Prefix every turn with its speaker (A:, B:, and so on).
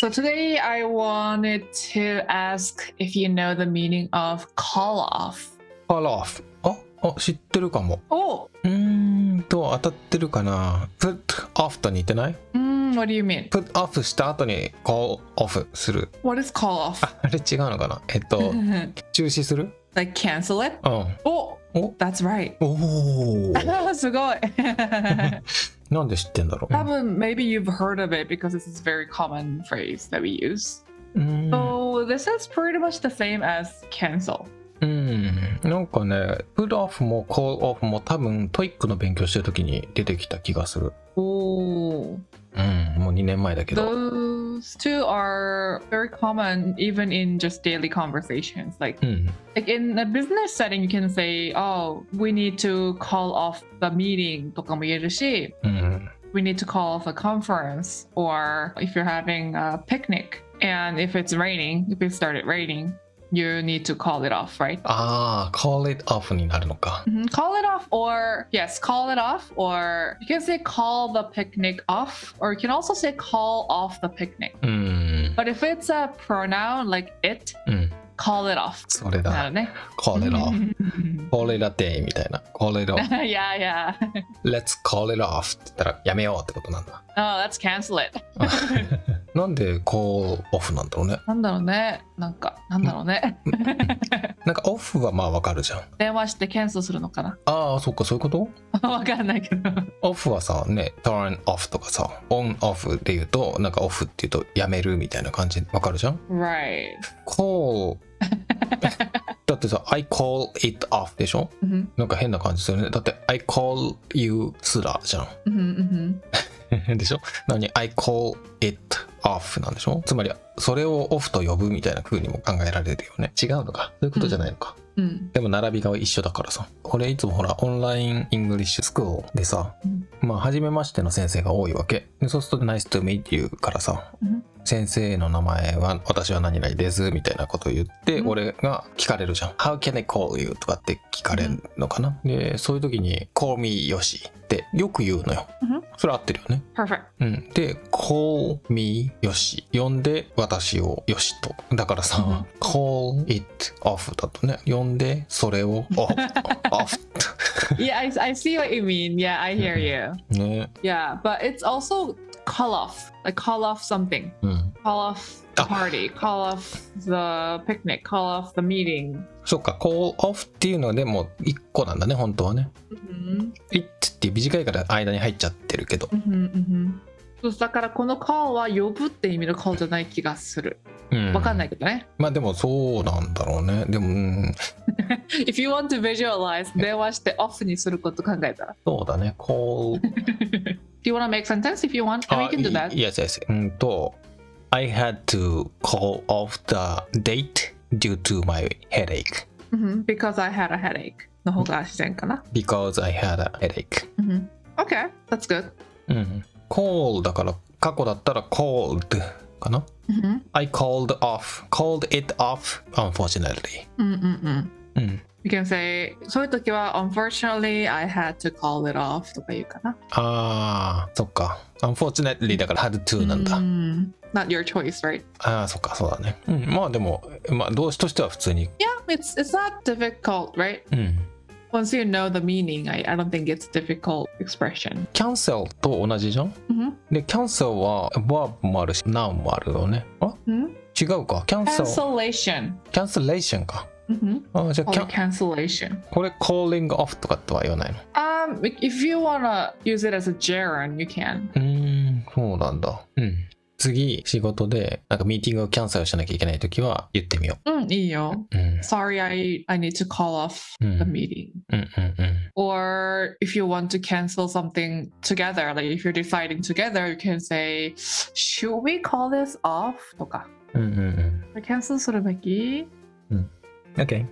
A: So today I wanted to ask if you know the meaning of call off.
B: call off ああ知ってるかも
A: Oh,
B: うーんと当たってるかな put off と似てない
A: mm, what do you mean?
B: put off した後に call off する
A: What is call off?
B: ああれ違うのかなえっと中止する
A: like cancel it?
B: うん
A: Oh,
B: お
A: that's right.
B: おお
A: すごい。
B: なんで知ってんだろう
A: 多分 maybe you've heard of it because this is a very common phrase that we use.
B: うん、
A: So this is pretty much the same as cancel.
B: うん、なんかね put off も call off も多分トイックの勉強してる時に出てきた気がする
A: Oh.
B: うんもう2年前だけど
A: Those two are very common even in just daily conversations. Like
B: うん、
A: like in a business setting you can say, "Oh, we need to call off the meeting." とかも言えるし、
B: うん、
A: we need to call off a conference or if you're having a picnic and if it's raining, if it started raining, you need to call it off, right?
B: ああ call it off になるのか
A: Mhm. Call it off, or yes, call it off, or you can say call the picnic off, or you can also say call off the picnic.
B: うん、
A: But if it's a pronoun like it,
B: うん、
A: call it off.
B: それだ
A: なるね。
B: call it off call it a day みたいな call it off
A: yeah, yeah.
B: let's call it off って言ったらやめようってことなんだ
A: Oh, let's cancel it.
B: なんで call off なんだろうね
A: なんだろうね。なんか、なんだろうね。
B: なんか off はまあわかるじゃん
A: 電話してキャンセルするのかな
B: ああそっかそういうこと
A: わかんないけど。
B: off はさね turn off とかさ on off で言うとなんか off って言うとやめるみたいな感じわかるじゃん
A: Right.
B: call だってさ I call it off でしょ
A: うん
B: なんか変な感じするねだって I call you すらじゃん
A: うんうん
B: でしょなのに I call it off なんでしょつまりそれをオフと呼ぶみたいな風にも考えられるよね違うのかそういうことじゃないのか、
A: うん。
B: でも並びが一緒だからさ俺いつもほらオンラインイングリッシュスクールでさ、
A: うん
B: まあ初めましての先生が多いわけでそうすると Nice to meet you からさ、
A: うん
B: 先生の名前は私は何々ですみたいなことを言って、
A: うん
B: 俺が聞かれるじゃん How can I call you? とかって聞かれるのかな、でそういう時に Call me よしってよく言うのよ、
A: うん
B: それ合ってるよね
A: Perfect.
B: うん、で「call me よし」呼んで「私をよし」とだからさ「call it off」だとね呼んでそれ を「off」
A: Yeah, I, I see what you mean. Yeah, I hear you.
B: ね
A: Yeah, but it's also call off. Like call off something.
B: うん
A: Call off the
B: Ah.
A: party. Call off the picnic. Call off the meeting.
B: そっか「call off」っていうのはでも1個なんだね本当はね
A: うん
B: 「it」っていう短いから間に入っちゃってるけど
A: うんうんそうだからこの call は呼ぶって意味の call じゃない気がする。
B: うん
A: わかんないけどね。
B: まあでもそうなんだろうねでも、うん、
A: If you want to visualize 電話してオフにすること考えたら。
B: そうだね「call
A: Do you want to make sentence if you want? We
B: あ
A: can do that.
B: い yes yes うんと「I had to call off the date due to my headache」
A: Mhm. Because I had a headache の方が自然かな。
B: because I had a headache、
A: Mhm. Okay, that's good.
B: うん、call だから過去だったら called かな
A: Mhm.
B: I called off called it off unfortunately
A: うんうんうん。
B: うん
A: You can say そういう時は Unfortunately, I had to call it off とか言うかな。
B: あーそっか unfortunately だから had to なんだ、
A: うん。Not Mm-hmm. your choice, right?
B: あーそっかそうだね、うん、まあでも、まあ、動詞としては普通に
A: Yeah, it's it's not difficult, right?
B: うん。
A: Once you know the meaning, I, I don't think it's a difficult expression. Mm-hmm.
B: cancel と同じじゃん
A: うん
B: で cancel は verb もあるし noun もあるよねあ
A: うん
B: 違うか cancel
A: Mm-hmm. Cancellation.
B: cancellation か
A: うん
B: あーじゃあ
A: Or
B: can-
A: cancellation.
B: これ calling off とかとは言わないの
A: Um, if you wanna use it as a gerund, you can.
B: うーん、そうなんだ。うん。次、仕事で、なんかミーティングをキャンセルしなきゃいけないときは言ってみよ
A: うん、いいよ。
B: う。うん。う
A: Mm,
B: ん
A: Sorry, I I need to call off
B: うん
A: the meeting.
B: うんうん。
A: or if you want to cancel something together like if you're deciding together you can say should we call this off とか
B: うんうんうん。
A: cancel するべき
B: OK。